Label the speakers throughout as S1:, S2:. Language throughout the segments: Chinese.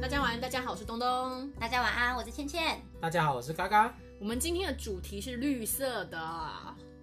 S1: 大家好，我是东东。
S2: 大家晚安，我是倩倩。
S3: 大家好，我是嘎嘎，
S1: 我们今天的主题是绿色的，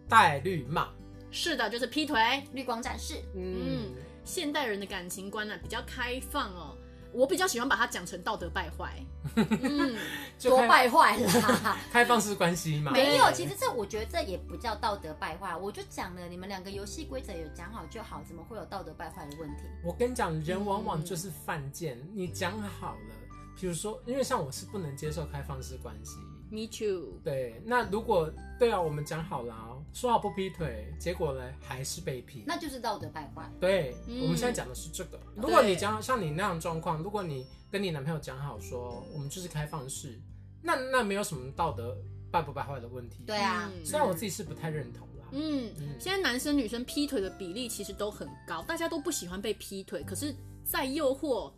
S3: 戴绿帽。
S1: 是的，就是劈腿。
S2: 绿光战士，
S1: 嗯，现代人的感情观呢、啊比较开放哦，我比较喜欢把它讲成道德败坏。嗯，
S3: 就
S2: 多
S3: 开
S2: 败坏 啦！
S3: 开放式关系嘛？
S2: 没有，
S3: 对
S2: 其实这我觉得这也不叫道德败坏。我就讲了，你们两个游戏规则有讲好就好，怎么会有道德败坏的问题？
S3: 我跟你讲，人往往就是犯贱。你讲好了，比如说，因为像我是不能接受开放式关系。
S1: ，Me too。
S3: 对，那如果对啊，我们讲好了哦、说好不劈腿，结果呢还是被劈。
S2: 那就是道德败坏。
S3: 对，
S1: 嗯
S3: 我们现在讲的是这个。如果你讲像你那样状况，如果你跟你男朋友讲好说我们就是开放式，那那没有什么道德败不败坏的问题。
S2: 对啊，
S1: 嗯
S3: 虽然我自己是不太认同啦。
S1: 嗯
S3: 嗯，
S1: 现在男生女生劈腿的比例其实都很高，大家都不喜欢被劈腿，可是，在诱惑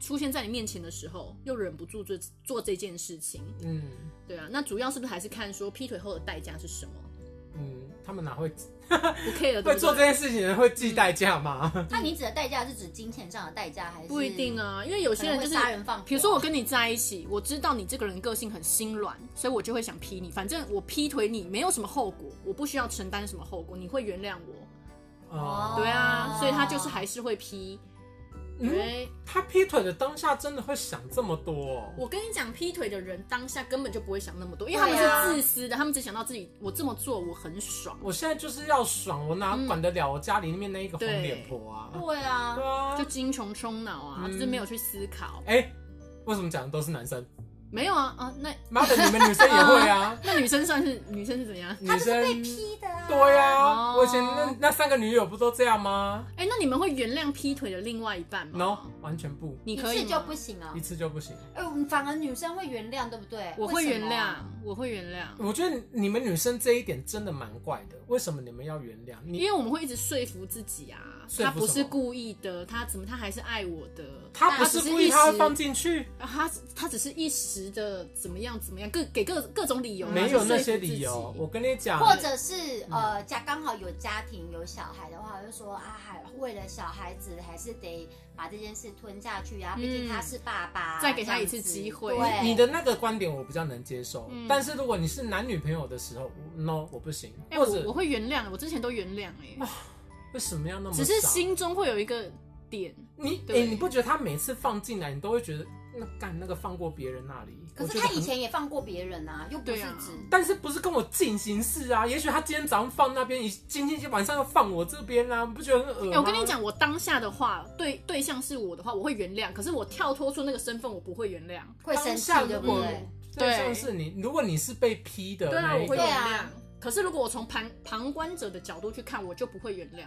S1: 出现在你面前的时候，又忍不住做做这件事情。
S3: 嗯
S1: 对啊，那主要是不是还是看说劈腿后的代价是什么？
S3: 嗯，他们哪会
S1: 不 care 对
S3: 会
S1: 不
S3: 做这
S1: 对？
S3: 件事情的人会记代价吗？
S2: 那你指的代价是指金钱上的代价，还
S1: 嗯
S2: 是
S1: 不一定？啊，因为有
S2: 有
S1: 些人就是
S2: 杀人放火，
S1: 比如说我跟你在一起，我知道你这个人个性很心软，所以我就会想劈你。反正我劈腿你没有什么后果，我不需要承担什么后果，你会原谅我。
S2: 哦
S1: 对啊，所以他就是还是会劈。
S3: 嗯
S1: 对，
S3: 他劈腿的当下真的会想这么多、哦？
S1: 我跟你讲，劈腿的人当下根本就不会想那么多，因为他
S2: 对
S1: 们
S2: 啊
S1: 是自私的，他们只想到自己，我这么做我很爽，
S3: 我现在就是要爽，我哪管得了我家里面那一个红
S1: 对
S3: 脸婆啊？
S2: 对啊
S3: 对，啊
S1: 就，精虫充脑啊，
S3: 嗯
S1: 就是没有去思考。
S3: 哎、为什么讲的都是男生？
S1: 没有啊啊，那
S3: 妈的，你们女生也会 啊？
S1: 那女生算是女生是怎样？
S3: 女
S2: 他就是
S3: 生
S2: 被批的啊。
S3: 对啊，
S1: 哦
S3: 我以前那那三个女友不都这样吗
S1: 哎、那你们会原谅劈腿的另外一半吗
S3: ？No，完全不，
S1: 你
S2: 一
S1: 可以
S2: 次
S1: 吗
S2: 就不行啊
S3: 一！次就不行。
S2: 哎，我们反而女生会原谅，对不对？
S1: 我会原
S2: 为什么
S1: 谅
S2: 啊，
S1: 我会原谅，
S3: 我觉得你们女生这一点真的蛮怪的，为什么你们要原谅？
S1: 因
S3: 你
S1: 为我们会一直说服自己啊，
S3: 说
S1: 他
S3: 服
S1: 不是
S3: 什么
S1: 故意的，他怎么他还是爱我的，
S3: 他不
S1: 只
S3: 是故意，
S1: 一
S3: 他
S1: 时
S3: 会放进去。
S1: 啊他他只是一时的怎么样怎么样，各给各各种理由，
S3: 没有那些
S1: 然后去说服自己
S3: 理由，我跟你讲，
S2: 或者是呃家刚好有家庭有小孩的话，就说啊，还为了小孩子还是得把这件事吞下去啊，
S1: 嗯
S2: 毕竟他是爸爸，
S1: 再给他
S2: 这样
S1: 一次
S2: 子
S1: 机会
S2: 对，
S3: 你的那个观点我比较能接受，
S1: 嗯
S3: 但是如果你是男女朋友的时候我，no，我不行。
S1: 哎、
S3: 或
S1: 我我
S3: 者
S1: 会原谅，我之前都原谅哎、
S3: 为什么要那么傻？
S1: 只是心中会有一个点，
S3: 你哎、
S1: 对
S3: 你不觉得他每次放进来，你都会觉得那干那个放过别人那里？
S2: 可
S3: 我
S2: 是
S3: 觉
S2: 他
S3: 得
S2: 以
S3: 很，
S2: 前也放过别人啊，又不是
S1: 对啊
S2: 指。
S3: 但是不是跟我进行式啊？也许他今天早上放那边，一今天晚上又放我这边啊，你不觉得很恶、
S1: 哎、
S3: 吗？
S1: 我跟你，讲，我当下的话，对对象是我的话，我会原谅，可是我跳脱出那个身份，我不会原谅。
S2: 会生
S3: 当
S2: 气，
S3: 下
S2: 对
S3: 如
S2: 不
S3: 果
S2: 对？
S1: 对
S3: 像是你，如果你是被批的
S1: 对啊，
S3: 那
S1: 我
S3: 一
S1: 会
S3: 个，
S1: 原
S2: 对
S1: 谅。
S2: 啊
S1: 可是如果我从旁旁观者的角度去看，我就不会原谅。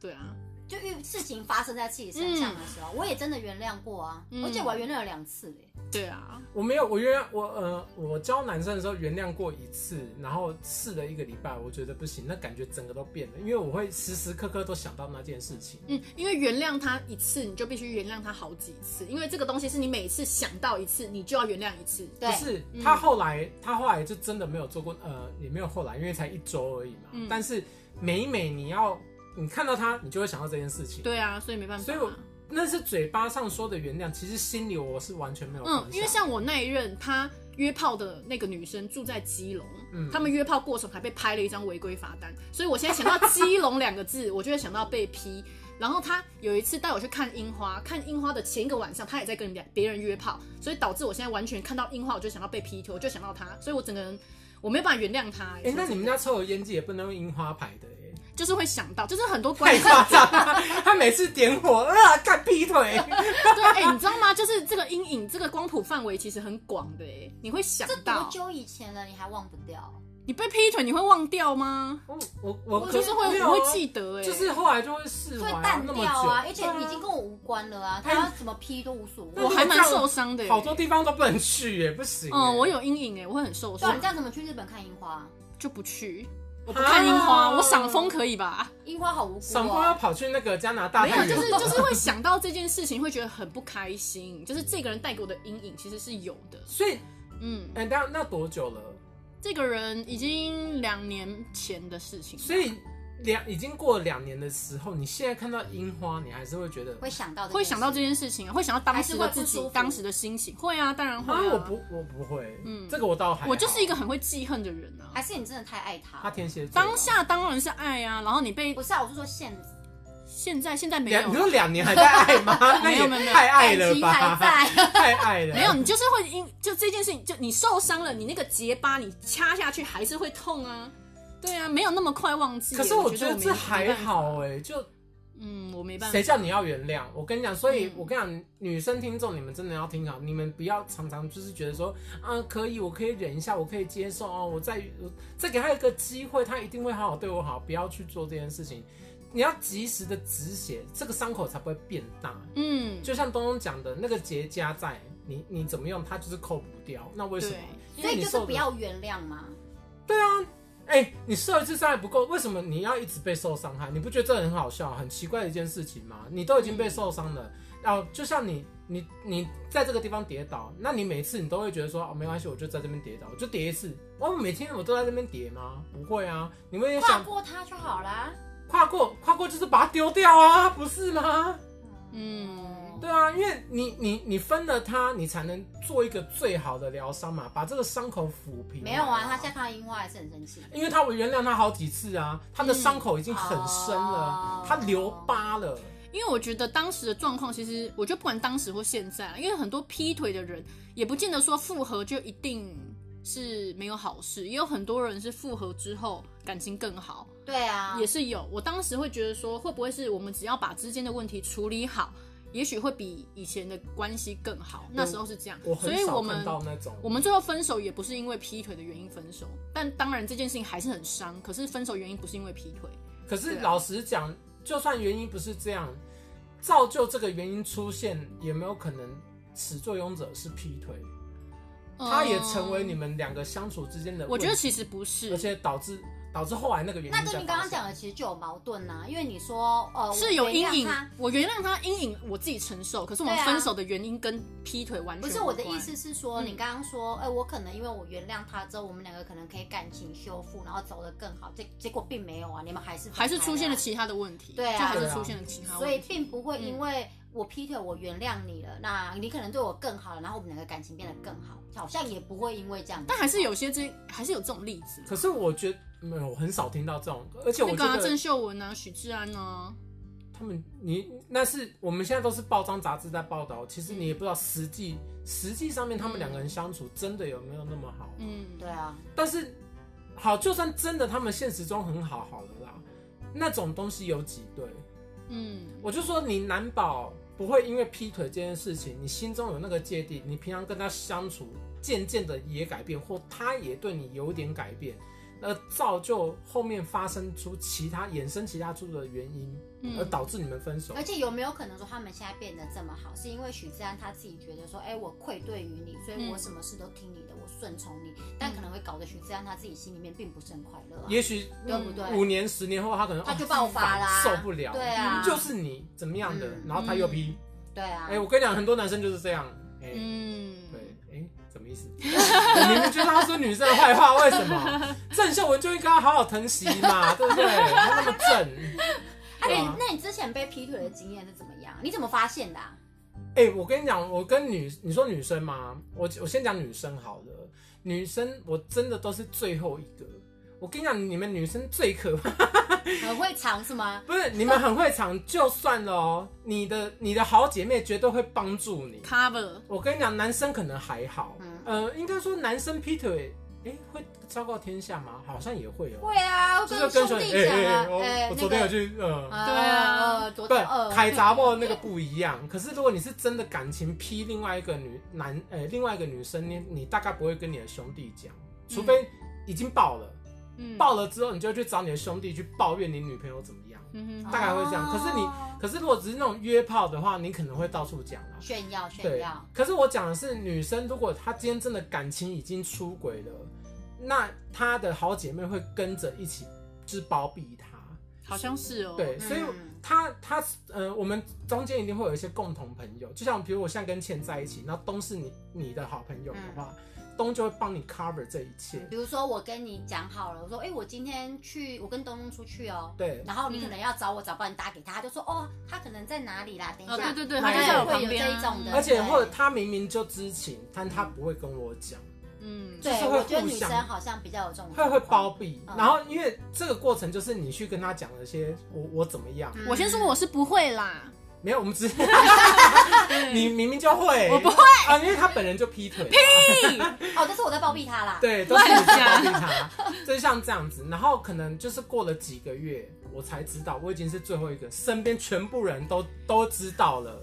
S1: 对啊，
S2: 就遇事情发生在自己身上的时候，我也真的原谅过啊，
S1: 嗯
S2: 而且我还原谅了两次嘞。
S1: 对啊，
S3: 我没有，我原谅我呃，我教男生的时候原谅过一次，然后试了一个礼拜，我觉得不行，那感觉整个都变了，因为我会时时刻刻都想到那件事情。
S1: 嗯，因为原谅他一次，你就必须原谅他好几次，因为这个东西是你每次想到一次，你就要原谅一次。
S2: 对
S3: 不，是他
S1: 嗯
S3: 后来，他后来就真的没有做过，呃，也没有后来，因为才一周而已嘛。
S1: 嗯
S3: 但是每每你要你看到他，你就会想到这件事情。，
S1: 对啊，所以没办法啊。
S3: 所以我那是嘴巴上说的原谅，其实心里我是完全没有啊放下。
S1: 嗯，因为像我那一任，她约炮的那个女生住在基隆，
S3: 嗯
S1: 他们约炮过程还被拍了一张违规罚单，所以我现在想到“基隆”两个字， 我就会想到被批。然后她有一次带我去看樱花，看樱花的前一个晚上，她也在跟人家别人约炮，所以导致我现在完全看到樱花，我就想到被劈腿，我就想到她，所以我整个人我没有办法原谅她。
S3: 哎、那你们家抽油烟机也不能用樱花牌的哎、
S1: 就是会想到，就是很多关
S3: 太
S1: 系。
S3: 夸张了！他每次点火啊，干劈腿。
S1: 对，哎、你知道吗？就是这个阴影，这个光谱范围其实很广的，哎，你会想
S2: 这
S1: 到
S2: 多久以前了，你还忘不掉？
S1: 你被劈腿，你会忘掉吗？
S3: 我嗯我我
S1: 我就是会，
S3: 没有啊
S1: 我会记得哎、
S3: 就是后来就会释怀
S2: 会
S3: 啊、
S2: 淡
S3: 那
S2: 掉
S3: 么
S2: 啊，
S3: 久
S2: 而且已经跟我无关了啊，他
S3: 哎
S2: 要怎么批都无所谓。
S1: 我还蛮受伤的、欸，
S3: 好多地方都不能去耶，不行耶。欸
S1: 嗯，我有阴影哎、我会很受
S2: 对啊，
S1: 伤
S2: 你这，样怎么去日本看樱花？啊
S1: 就不去，我不看樱花，我赏枫可以吧？
S2: 樱花好无辜、哦。
S3: 赏光要跑去那个加拿大
S1: 没有，
S3: 太 远，
S1: 就是就是会想到这件事情，会觉得很不开心，就是这个人带给我的阴影其实是有的，
S3: 所以
S1: 嗯，
S3: 哎，那那多久了？
S1: 这个人已经两年前的事情了，
S3: 所以两已经过了两年的时候，你现在看到樱花，你还是会觉得
S2: 会想到这件
S1: 会想到
S2: 事
S1: 这件事情啊，会想到当时的自
S2: 还是会不舒
S1: 己
S2: 服
S1: 当时的心情，会啊，当然会、
S3: 啊，
S1: 啊。
S3: 我不，我不会，
S1: 嗯
S3: 嗯，这个我倒还好
S1: 我就是一个很会记恨的人啊
S2: 还。是你真的太爱他？
S3: 他天蝎座
S1: 当下当然是爱啊，然后你被
S2: 不是啊，我是说现
S1: 现在现在没
S3: 两，
S1: 有
S3: 你。说两年还在爱 吗？那
S1: 没有
S3: 也
S1: 没有没有
S3: 太爱
S2: 感
S3: 了
S2: 情还
S3: 吧，
S2: 在，
S3: 太爱了，
S1: 没有，你就是会因就这件事情，就你受伤了，你那个结疤你掐下去还是会痛啊。对啊，没有那么快忘记。
S3: 可是
S1: 我
S3: 我觉得
S1: 我没
S3: 这还，
S1: 没办
S3: 好
S1: 法
S3: 哎、就
S1: 嗯，我没办法
S3: 谁。叫你要原谅？我跟你讲，所以
S1: 嗯
S3: 我跟你讲，女生听众你们真的要听好，你们不要常常就是觉得说，啊，可以，我可以忍一下，我可以接受哦，我再我再给他一个机会，他一定会好好对我好，不要去做这件事情。你要及时的止血，这个伤口才不会变大。
S1: 嗯，
S3: 就像东东讲的，那个结痂在你你怎么用，它就是扣不掉。那为什么
S1: 对？
S3: 因
S2: 所
S3: 为
S2: 以
S3: 你
S2: 就是
S3: 受
S2: 不
S3: 的
S2: 要原谅嘛。
S3: 哎、你受一次伤害不够，为什么你要一直被受伤害？你不觉得这很好笑、很奇怪的一件事情吗？你都已经被受伤了，然
S2: 嗯
S3: 后、就像你、你、你在这个地方跌倒，那你每次你都会觉得说，哦，没关系，我就在这边跌倒，我就跌一次。哦，每天我都在这边跌吗？不会啊，你会
S2: 跨
S3: 想
S2: 过他就好啦。
S3: 跨过，跨过就是把它丢掉啊，不是吗？
S1: 嗯
S3: 对啊，因为你、你、你分了它，你才能做一个最好的疗伤嘛，把这个伤口抚平。
S2: 没有啊，他现在看到樱花还是很生气。
S3: 因为他我原谅他好几次啊，他的伤口已经很深了，
S1: 哦
S2: 嗯
S3: 他留疤了。
S1: 因为我觉得当时的状况，其实我觉得不管当时或现在啦，因为很多劈腿的人也不见得说复合就一定是没有好事，也有很多人是复合之后感情更好，
S2: 对啊
S1: 也，是有。我当时会觉得说，会不会是我们只要把之间的问题处理好，也许会比以前的关系更好。那时候是这样
S3: 我，
S1: 所
S3: 很
S1: 以
S3: 少
S1: 我
S3: 看
S1: 们
S3: 到那种，
S1: 我们最后分手也不是因为劈腿的原因分手，但当然这件事情还是很伤。可是分手原因不是因为劈腿，
S3: 可是
S1: 对啊
S3: 老实讲，就算原因不是这样，造就这个原因出现，也没有可能始作俑者是劈腿，他也成为你
S1: 嗯。
S3: 们两个相处之间的问题。
S1: 我觉得其实不是
S3: 而，且导致导致后来那个原因
S2: 那
S3: 才发
S2: 跟
S3: 生。
S2: 你刚刚讲的其实就有矛盾呐、因为你说呃
S1: 是有阴影
S2: 我原谅他。
S1: 我原谅他阴影，我自己承受。可是我们
S2: 对啊
S1: 分手的原因跟劈腿完全
S2: 不
S1: 无
S2: 是我的
S1: 关
S2: 意，思是说，
S1: 嗯
S2: 你刚刚说，哎、我可能因为我原谅他之后，我们两个可能可以感情修复，然后走得更好。结结果并没有啊，你们还是分
S1: 还是
S2: 开
S1: 出现了
S2: 啊
S1: 其他的问题，
S2: 对啊
S1: 就还是出现了其他
S2: 所
S1: 问
S2: 以
S1: 题。
S2: 并不会因
S3: 嗯
S2: 为我劈腿我原谅你了，那你可能对我更好了，然后我们两个感情变得更好，
S3: 嗯
S2: 好像也不会因为这样子。
S1: 但还是有些这还是有这种例子，
S3: 可是我觉得没有，我很少听到这种，而且我
S1: 那
S3: 觉
S1: 个、啊、
S3: 得
S1: 郑秀文啊、许志安啊，
S3: 他们，你那是我们现在都是报章杂志在报道，其实你也不知道实际、实际上面他们两个人相处真的有没有那么好。
S1: 嗯，
S2: 对啊，
S3: 但是好，就算真的他们现实中很好好了啦，那种东西有几对？
S1: 嗯，
S3: 我就说你难保不会因为劈腿这件事情，你心中有那个芥蒂，你平常跟他相处，渐渐的也改变，或他也对你有点改变，而造就后面发生出其他衍生其他出的原因，
S1: 嗯
S3: 而导致你们分手。
S2: 而且有没有可能说他们现在变得这么好，是因为许志安他自己觉得说，哎、我愧对于你，所以我
S1: 嗯
S2: 什么事都听你的，我顺从你，但可能会搞得许志安他自己心里面并不是很快乐、啊，
S3: 也许嗯
S2: 对不对？
S3: 五年、十年后，他可能
S2: 他就
S3: 哦
S2: 爆发啦
S3: 受不了，
S2: 对啊，
S3: 就是你怎么样的，
S2: 嗯
S3: 然后他又劈。
S2: 对啊，
S3: 哎、我跟你讲，很多男生就是这样，哎、
S1: 嗯，
S3: 对，哎、什么意思？ 我明明就是他说女生的坏话，为 什么？郑秀文就应该好好疼惜嘛， 对不对？他那么正，
S2: 哎、
S3: 对啊
S2: 那你之前被劈腿的经验是怎么样？你怎么发现的、啊？
S3: 哎、我跟你讲，我跟女，你说女生吗？我我先讲女生好了，女生我真的都是最后一个。我跟你讲，你们女生最可怕。
S2: 很会藏是吗？
S3: 不是你们很会藏就算了哦，你的你的好姐妹绝对会帮助你。
S1: cover，
S3: 我跟你讲，男生可能还好，
S2: 嗯
S3: 呃，应该说男生劈腿，哎、会昭告天下吗？好像也会哦、
S2: 会啊，我
S3: 就
S2: 跟
S3: 是跟
S2: 兄
S3: 说，
S2: 弟
S3: 哎
S2: 讲
S3: 哎
S2: 啊，
S3: 我
S2: 哎、
S3: 我
S2: 那
S3: 昨天有
S2: 个，
S3: 去，呃，
S1: 对啊
S2: 呃，昨
S3: 不
S2: 天呃，，
S3: 凯杂货那个不一样。可是如果你是真的感情劈另外一个女男，呃，另外一个女生，你你大概不会跟你的兄弟讲，除非
S2: 嗯
S3: 已经爆了，
S1: 嗯，
S3: 爆了之后你就去找你的兄弟去抱怨你女朋友怎么样。
S1: 嗯哼，
S3: 大概会这样可是你
S2: 哦
S3: 可是如果只是那种约炮的话，你可能会到处讲啊。
S2: 炫耀炫
S3: 对
S2: 耀，，
S3: 可是我讲的是女生，如果她今天真的感情已经出轨了，那她的好姐妹会跟着一起，就是包庇她。
S1: 好像是哦，
S3: 对，所以
S2: 嗯
S3: 她她呃，我们中间一定会有一些共同朋友，就像比如我现在跟倩在一起，然后东是你你的好朋友的话，东就会帮你 cover 这一切。
S2: 比如说我跟你讲好了，我说哎、我今天去，我跟东东出去哦。
S3: 对，
S2: 然后你可能要找我，找不到你打给他，他就说哦，他可能在哪里啦，等一
S1: 哦，
S2: 下。
S1: 对对对，
S3: 买
S1: 他
S3: 了
S1: 就在我
S2: 啊会有
S1: 旁边啊
S2: 这一种的
S3: 而且
S2: 对
S3: 或者他明明就知情，但他不会跟我讲，
S1: 嗯，
S3: 就是
S2: 对，
S3: 会
S2: 我觉得
S3: 互
S2: 女生
S3: 相
S2: 好像比较有这种
S3: 会
S2: 状
S3: 会
S2: 况
S3: 包。庇。
S2: 嗯
S3: 然后因为这个过程就是你去跟他讲了些我我怎么样，
S1: 我先说我是不会啦，
S3: 没有，我们只
S1: 对
S3: 你明明就会，
S1: 我不
S3: 会啊，因为他本人就劈腿，
S2: 哦，但是我在包庇他啦。
S3: 对，都是你在逼他，就是像这样子。然后可能就是过了几个月，我才知道我已经是最后一个，身边全部人都都知道了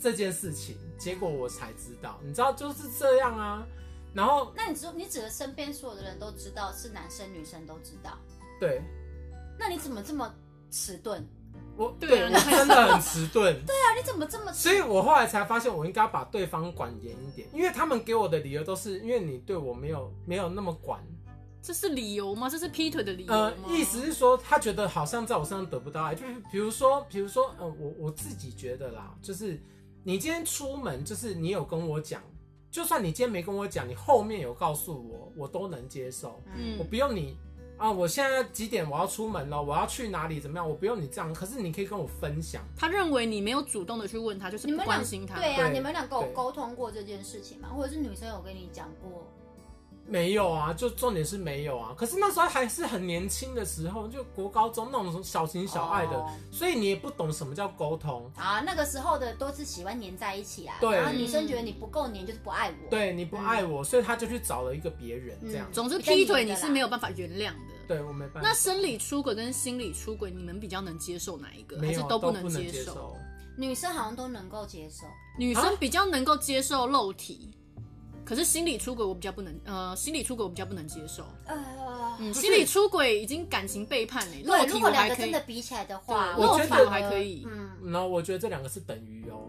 S3: 这件事情，结果我才知道，你知道就是这样啊。然后
S2: 那你只你指的身边所有的人都知道，是男生女生都知道，
S3: 对
S2: 那你怎么这么迟钝？
S3: 我
S1: 对
S3: 对
S1: 人
S3: 我
S1: 太
S3: 真的很迟钝，
S2: 那你怎么这么迟
S3: 所以我后来才发现，我应该把对方管严一点，因为他们给我的理由都是因为你对我没有没有那么管。
S1: 这是理由吗？这是劈腿的理由
S3: 呃
S1: 吗，？
S3: 意思是说，他觉得好像在我身上得不到爱，就是比如说，比如说，呃，我我自己觉得啦，就是你今天出门，就是你有跟我讲，就算你今天没跟我讲，你后面有告诉我，我都能接受，
S1: 嗯
S3: 我不用你啊、我现在几点我要出门了，我要去哪里怎么样，我不用你这样，可是你可以跟我分享，
S1: 他认为你没有主动的去问他，就是
S2: 你
S1: 不
S2: 们俩
S1: 关心他。
S2: 对啊，
S3: 对
S2: 你们俩沟
S3: 对
S2: 沟通过这件事情吗？或者是女生有跟你讲过？
S3: 没有啊，就重点是没有啊，可是那时候还是很年轻的时候，就国高中那种小情小爱的，
S2: 哦
S3: 所以你也不懂什么叫沟通。
S2: 啊，那个时候的都是喜欢黏在一起啊，
S3: 对
S2: 然后女生觉得你不够黏就是不爱我，，
S3: 对你不爱我，所以他就去找了一个别人这样。
S2: 嗯
S1: 总之劈腿你
S2: 比较
S1: 是
S2: 理
S1: 没有办法原谅的。
S3: 对我啊没办法，
S1: 那生理出轨跟心理出轨，你们比较能接受哪一个？还
S3: 没
S1: 是
S3: 有
S1: 都
S3: 不
S1: 能
S3: 接
S1: 受？
S3: 受。
S2: 女生好像都能够接受，
S1: 女
S3: 啊
S1: 生比较能够接受肉体，可是心理出轨我比较不能，呃，心理出轨我比较不能接受。
S2: 呃，
S1: 嗯，
S3: 不是
S1: 心理出轨已经感情背叛了，
S2: 对，
S1: 肉
S2: 如
S1: 体
S2: 果
S1: 我
S2: 两
S1: 还
S2: 个
S1: 可
S2: 真
S1: 以
S2: 的，比起来的话，
S3: 对我
S2: 反
S3: 觉
S1: 得
S2: 而
S1: 我还可以
S2: 嗯，
S3: 然后我觉得这两个是等于哦，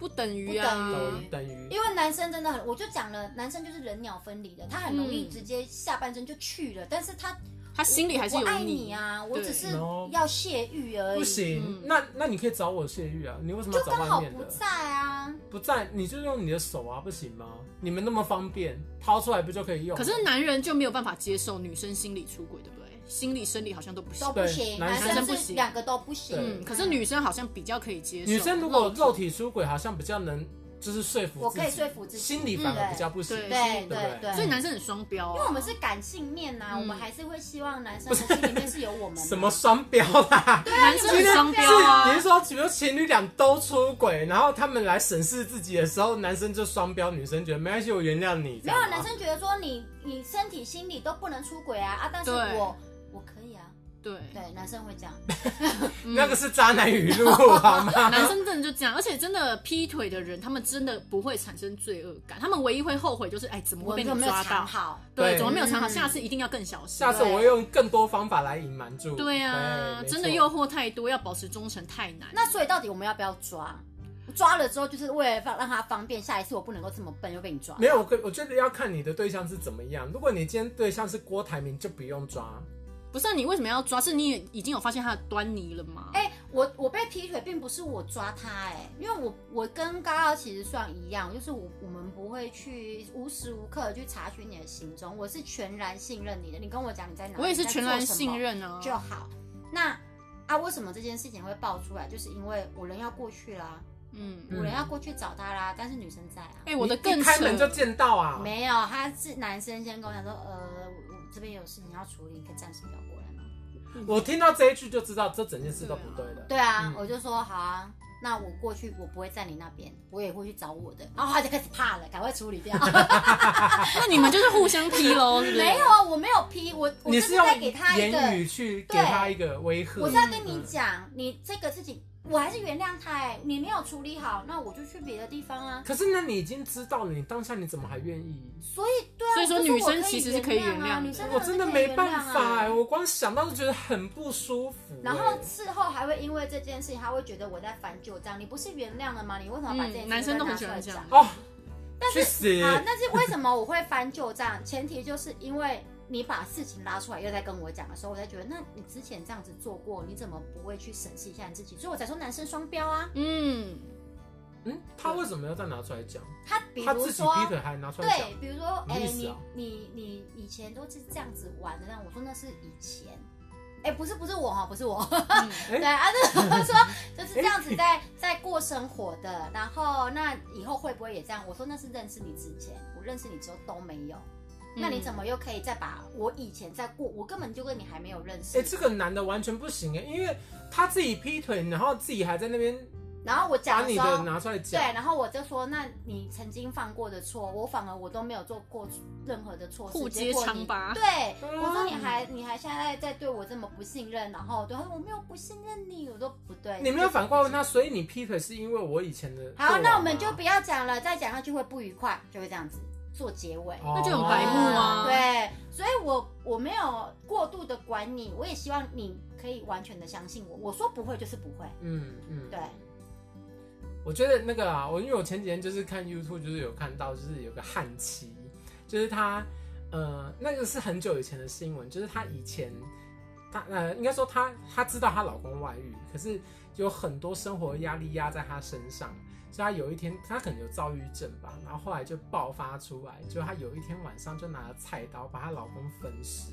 S1: 不等于
S2: 不
S1: 啊
S2: 等。
S3: 等等于
S2: 因为男生真的很，我就讲了，男生就是人鸟分离的，他很容易
S1: 嗯
S2: 直接下半身就去了，但是他
S1: 他心里还是
S2: 我
S1: 有
S2: 我爱你。啊，我
S1: 对
S2: 只是
S3: No
S2: 要泄欲而已，
S3: 不行
S1: 嗯。
S3: 那那你可以找我泄欲啊，你为什么
S2: 就
S3: 要找
S2: 刚好
S3: 外面
S2: 不
S3: 的？
S2: 在啊，
S3: 不在，你就用你的手啊，不行吗？你们那么方便，掏出来不就可以用？
S1: 可是男人就没有办法接受女生心理出轨，对不对？心理、生理好像都不行
S2: 都。不
S3: 对
S2: 行，
S3: 男
S1: 生
S2: 男
S1: 不
S2: 是
S1: 行
S2: 两个都不行，
S3: 对
S1: 嗯，可是女生好像比较可以接受。
S3: 女生如果肉
S1: 体
S3: 体出轨，好像比较能就是说服自己，
S2: 我可以说服自己嗯
S3: 心理反而比较不行。
S1: 对
S2: 对
S3: 对
S2: 对
S3: 不
S2: 对，
S1: 所以男生很双标、啊。
S2: 因为我们是感性面呐、
S1: 嗯
S2: 我们还是会希望男生的心里面是有我们的
S3: 什么双标啦？
S1: 男生很双标
S3: 是
S1: 啊
S3: 你是。说，比如情侣俩都出轨，然后他们来审视自己的时候，男生就双标，女生觉得没关系，我原谅你。这
S2: 没有
S3: 样吗
S2: 男生觉得说你你身体心理都不能出轨啊啊，但是
S1: 对
S2: 我我可以啊，
S1: 对，
S2: 对，男生会这样，
S1: 嗯
S3: 那个是渣男语录好
S2: 嗯
S3: 吗？
S1: 男生真的就这样，而且真的劈腿的人，他们真的不会产生罪恶感，他们唯一会后悔就是，哎，怎么
S2: 我
S1: 会被
S2: 有
S1: 你
S2: 没有
S1: 抓
S2: 藏
S1: 到？
S2: 好？
S1: 对，
S3: 对
S1: 怎么没有藏好？
S2: 嗯
S1: 下次一定要更小心啊
S3: 下。次我会用更多方法来隐瞒住。
S1: 对啊，
S3: 没错
S1: 真的诱惑太多，要保持忠诚太难。
S2: 那所以到底我们要不要抓？抓了之后就是为了让让他方便，下一次我不能够这么笨又被你抓。
S3: 没有，我跟我觉得要看你的对象是怎么样。如果你今天对象是郭台铭，就不用抓。
S1: 不是啊、你为什么要抓？是你也已经有发现他的端倪了吗？
S2: 哎、我我被劈腿，并不是我抓他、哎，因为我我跟高高其实算一样，就是我我们不会去无时无刻地去查询你的行踪，我是全然信任你的。你跟我讲你在哪里，
S1: 我也是
S2: 你在
S1: 全
S2: 做
S1: 然
S2: 什么
S1: 信任啊。
S2: 就好。那啊，为什么这件事情会爆出来？就是因为我人要过去啦，
S1: 嗯，
S3: 嗯
S2: 我人要过去找他啦，但是女生在啊，
S1: 哎、我的
S3: 你
S1: 更
S3: 一开门就见到啊。
S2: 没有，他是男生先跟我讲说，呃，我我这边有事情要处理，你可以暂时不要过来吗？
S3: 我听到这一句就知道这整件事都不对的。
S2: 对啊，
S3: 嗯
S2: 我就说好啊，那我过去，我不会在你那边，我也会去找我的。 然后他就开始怕了，赶快处理掉。
S1: 那你们就是互相劈 喽，是不是？嗯
S2: 没有啊，我没有批，我我
S3: 你
S2: 就是是
S3: 用
S2: 在给他一
S3: 言
S2: 个，
S3: 语去给
S2: 对
S3: 他一个嗯威吓。
S2: 我是要跟
S1: 嗯
S2: 你讲，你这个事情我还是原谅他、哎，你没有处理好，那我就去别的地方啊。
S3: 可是那你已经知道了，你当下你怎么还愿意？
S2: 所以对啊，
S1: 所以说
S2: 我就
S1: 女
S2: 我
S1: 生其实是可以原
S2: 啊
S1: 谅的
S2: 女生
S3: 我真的
S2: 可以
S3: 没
S2: 原
S3: 办
S2: 谅
S3: 法哎、
S2: 啊。
S3: 我光想到就觉得很不舒服、
S2: 然后
S3: 哎
S2: 事后还会因为这件事情，他会觉得我在翻旧账。你不是原谅了吗？你为什么把这件事
S1: 嗯
S2: 情
S1: 男生都很
S2: 拿出
S1: 喜欢
S2: 来
S1: 这
S2: 讲
S1: 样？
S3: 哦，
S2: 但
S3: 去死！
S2: 啊，但是为什么我会翻旧账？前提就是因为你把事情拉出来，又在跟我讲的时候，我才觉得，那你之前这 样子做过，你怎么不会去审视一下你自己？所以我才说男生双标啊。
S1: 嗯，
S3: 嗯，他为什么要再拿出来讲？
S2: 他比
S3: 他
S2: 如
S3: 自己
S2: 说
S3: 劈腿还拿出来讲
S2: 对，，比如说，
S3: 什么
S2: 哎、
S3: 意思
S2: 你
S3: 啊
S2: 你你以前都是这样子玩的，但我说那是以前，哎、不是不是我哈，不是我，哎
S1: 嗯
S2: 对啊，就是我说就是这 样子在在过生活的，然后那以后会不会也这样？我说那是认识你之前，我认识你之后都没有，那
S1: 嗯
S2: 你怎么又可以再把我以前在过，我根本就跟你还没有认识，
S3: 哎、这个男的完全不行哎、因为他自己劈腿，然后自己还在那边
S2: 然后我
S3: 把
S2: 讲
S3: 你
S2: 时
S3: 的
S2: 候。
S3: 拿出来
S2: 对
S3: 讲，，
S2: 然后我就说，那你曾经犯过的错，我反而我都没有做过任何的错事，
S1: 互揭
S2: 结果
S1: 疮
S2: 你
S1: 疤
S2: 对，
S3: 嗯
S2: 我说你还你还现在在对我这么不信任，然后对他说我没有不信任你，我说不对，
S3: 你没有反过来问他，所以你劈腿是因为我以前的过往吗。
S2: 好，那我们就不要讲了，再讲下去会不愉快，就会这样子做结尾。
S3: 哦
S1: 那就很白目啊
S2: 对，所以我我没有过度的管你，我也希望你可以完全的相信我。我说不会就是不会，
S3: 嗯嗯，
S2: 对。
S3: 我觉得那个啊，我因为我前几天就是看 YouTube，就是有看到，就是有个汉妻，就是他，呃，那个是很久以前的新闻，就是她以前，她呃，应该说她她知道她老公外遇，可是有很多生活压力压在她身上，所以她有一天，她可能有躁郁症吧，然后后来就爆发出来，就她有一天晚上就拿了菜刀把她老公分尸，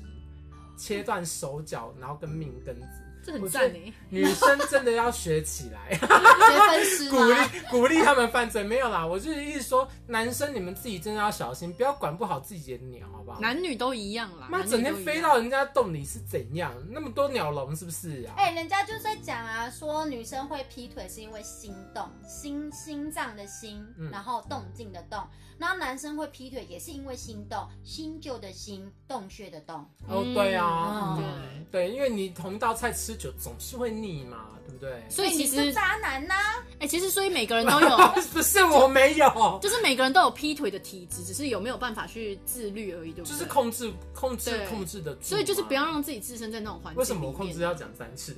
S3: 切断手脚，然后跟命根子。
S1: 这很赞哎、
S3: 女生真的要学起来。
S1: 啊
S2: 学分师
S3: 鼓
S2: 吗？
S3: 励鼓励他们犯罪没有啦，我就是意思说，男生你们自己真的要小心，不要管不好自己的鸟，好不好？
S1: 男女都一样啦。
S3: 妈
S1: 男女
S3: 整天
S1: 都一样
S3: 飞到人家洞里是怎样？那么多鸟笼是不是啊？
S2: 哎、人家就是在讲啊，说女生会劈腿是因为心动，心心脏的心，
S3: 嗯
S2: 然后动静的动。然后男生会劈腿也是因为心动，新旧的心，洞穴的洞。
S3: 哦，对啊，
S2: 嗯
S3: 嗯对，因为你同一道菜吃久总是会腻嘛，对不对？
S1: 所以其
S2: 你是
S1: 实
S2: 渣男呐、
S1: 哎、其实所以每个人都 有，
S3: 不是我没有，
S1: 就是每个人都有劈腿的体质，只是有没有办法去自律而已，对不对？
S3: 就是控制控制
S1: 对
S3: 控制的，
S1: 所以就是不要。让自己置身在那种环境
S3: 为什么
S1: 里
S3: 我
S1: 面
S3: 控制啊要讲三次？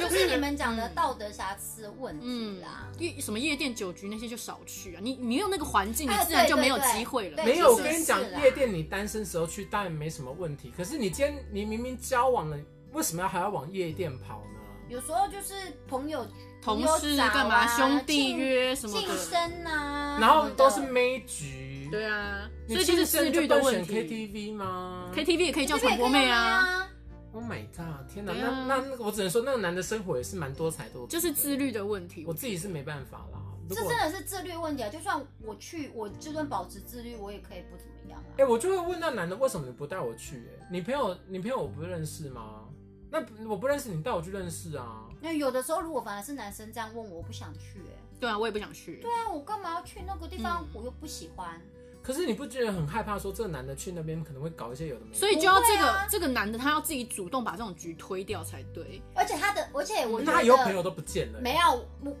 S2: 就是你们讲的道德瑕疵问题
S1: 嗯
S2: 啦。，
S1: 夜什么夜店、酒局那些就少去啊！你你有那个环境，你
S2: 哎
S1: 自然
S2: 对
S1: 就
S2: 对
S1: 没有
S2: 对
S1: 机会了。
S2: 对
S3: 没有，我
S2: 其实
S3: 跟你讲
S2: 是，啦
S3: 夜店你单身时候去当然没什么问题，可是你今天你明明交往了，为什么要还要往夜店跑呢？
S2: 有时候就是朋友、
S1: 同
S2: 朋
S1: 事
S2: 友找啊
S1: 干嘛？兄弟
S2: 庆
S1: 约什么
S2: 晋
S1: 的？
S2: 升啊，
S3: 然
S2: 什
S3: 后
S2: 么的
S3: 都是妹局，
S1: 嗯对啊，
S3: 你
S1: 所以就是自
S3: 庆生就
S1: 律
S3: 不
S1: 的
S3: 能
S1: 问
S3: 选
S1: 题。
S3: KTV 吗
S1: KTV 也可以叫
S2: 这边
S1: 传
S2: 也
S1: 播
S2: 可以
S1: 妹
S2: 用
S1: 啊，
S2: 啊。
S3: ？Oh my god！天哪，
S1: 对
S3: 那
S1: 啊
S3: 那那个我只能说那个男的生活也是蛮多彩多姿，
S1: 就是自律的问题。
S3: 我自己是没办法啦。如
S2: 这
S3: 果
S2: 真的是自律问题啊！就算我去，我就算保持自律，我也可以不怎么样啊。
S3: 哎、我就会问那男的为什么你不带我去、哎，你朋友你朋友我不认识吗？那不我不认识你带我去认识啊。
S2: 那有的时候，如果反而是男生这样问我，我不想去、欸。
S1: 对啊，我也不想去。
S2: 对啊，我干嘛要去那个地方？
S1: 嗯
S2: 我又不喜欢。
S3: 可是你不觉得很害怕说这个男的去那边可能会搞一些有的没的？
S1: 所以就要这
S2: 不会
S1: 个、
S2: 啊
S1: 这个男的，他要自己主动把这种局推掉才对。
S2: 而且他的，而且我觉
S3: 那
S2: 得
S3: 他以后朋友都不见了、
S2: 没有我，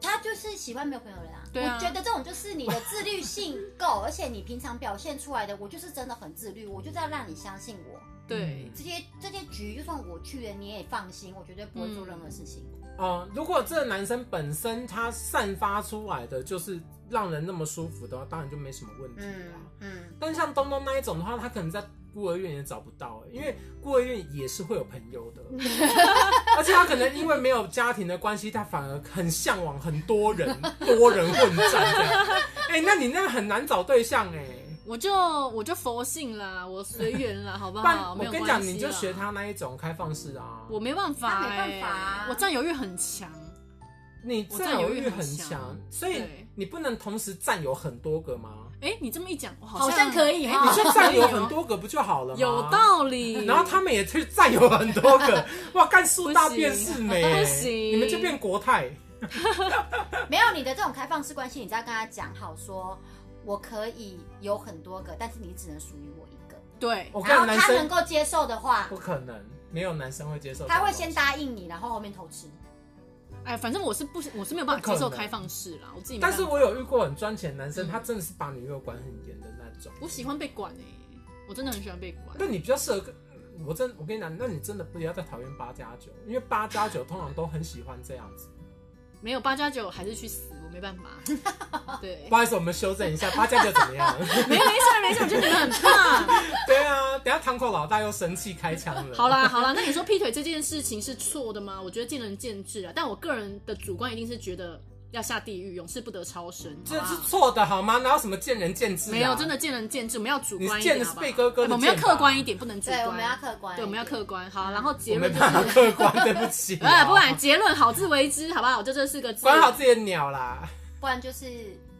S2: 他就是喜欢没有朋友的人啊。
S1: 对啊
S2: 我觉得这种就是你的自律性够， 而且你平常表现出来的，我就是真的很自律，我就是要让你相信我。
S3: 嗯
S1: 对，
S2: 这些这些局，就算我去了，你也放心，我绝对不会做任何事情。
S3: 哦、如果这个男生本身他散发出来的就是让人那么舒服的话，当然就没什么问题
S2: 嗯
S3: 啦。
S2: 嗯，
S3: 但像东东那一种的话，他可能在孤儿院也找不到、欸，因为孤儿院也是会有朋友 的，而且他可能因为没有家庭的关系，他反而很向往很多人多人混战这样。哎、那你那很难找对象哎、
S1: 我就我就佛性啦，我随缘 啦，好不
S3: 不然
S1: 哦好？没
S3: 我
S1: 有
S3: 跟你讲，
S1: 关系
S3: 你就
S1: 啦
S3: 学，他那一种开放式啊。
S1: 我没办法、
S2: 他
S1: 欸，
S2: 没办法啊
S1: 我占有欲很强。
S3: 你
S1: 我占
S3: 占有
S1: 有欲
S3: 欲
S1: 很
S3: 很
S1: 强
S3: 强，所以
S1: 对
S3: 你不能同时占有很多 个吗？
S1: 哎、你这么一讲，我
S2: 好像可以
S1: 哎
S2: 哈
S3: 你就占有
S1: 可以哦
S3: 很多个不就好了吗？
S1: 有道理。
S3: 然后他们也去占有很 多个，哇，干树大便是美、欸
S1: 不行
S3: 你们就变国泰。
S2: 没有你的这种开放式关系，你只要跟他讲好说，我可以有很多个，但是你只能属于我一个。
S1: 对，
S3: 我
S2: 然
S3: 看
S2: 后
S3: 男
S2: 他能
S3: 生
S2: 够接受的话
S3: 不，可能，没有男生会接受这种
S2: 他
S3: 东
S2: 会
S3: 西。
S2: 先答应你，然后后面偷吃。
S1: 哎，反正我是不，我是没有办法
S3: 不可
S1: 接受
S3: 能
S1: 开放式啦，我自己没办
S3: 但
S1: 法。
S3: 是我有遇过很专情的男生，
S1: 嗯
S3: 他真的是把女友管很严的那种。
S1: 我喜欢被管哎、我真的很喜欢被管。
S3: 那你比较适合跟。我真，我跟你讲，那你真的不要再讨厌八加九，因为八加九通常都很喜欢这样子。
S1: 没有八加九还是去死，我没办法。对
S3: 不，好意思，我们修正一下，八加九怎么样？
S1: 没没事没事，我觉得你们很棒。
S3: 对啊，等一下堂口老大又生气开枪了。
S1: 好，啦好啦，那你说劈腿这件事情是错的吗？我觉得见仁见智啊，但我个人的主观一定是觉得要下地狱，永世不得超生。
S3: 这
S1: 好吧
S3: 是错的好吗？哪有什么见仁见智、啊？
S1: 没有，真的见仁见智，我们要主观一
S3: 你
S1: 点
S3: 见的
S1: 好
S3: 是
S1: 不好，
S3: 贝哥哥的啊
S1: 哎我们要
S3: 见
S1: 客
S3: 吧
S1: 观一点，不能主观。
S2: 对，我们要客观，
S1: 对，我们要客观。好，然后
S3: 嗯我
S1: 结
S3: 没
S1: 论就
S3: 办法
S1: 是，
S3: 客观，对不起 啊、
S1: 哎，不管结论好自为之，好不好？就这四个字。
S3: 管好自己的鸟啦。
S2: 不然就是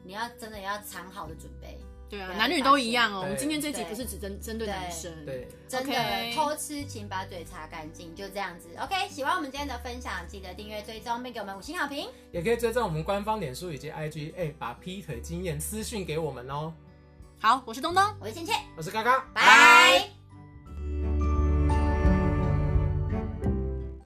S2: 你要真的要藏好的准备，
S1: 对啊，
S2: 对
S1: 男女都一样哦。
S3: 对
S1: 我们今天这集
S2: 对
S1: 不是只针针对男生，
S3: 对，
S2: 真的
S1: OK
S2: 偷吃请把嘴擦干净，就这样子。OK，喜欢我们今天的分享，记得订阅、追踪并给我们五星好评。
S3: 也可以追踪我们官方脸书以及 IG，哎、把劈腿经验私讯给我们哦。
S1: 好，我是东东。
S2: 我是倩倩，
S3: 我是嘎嘎，
S2: 拜。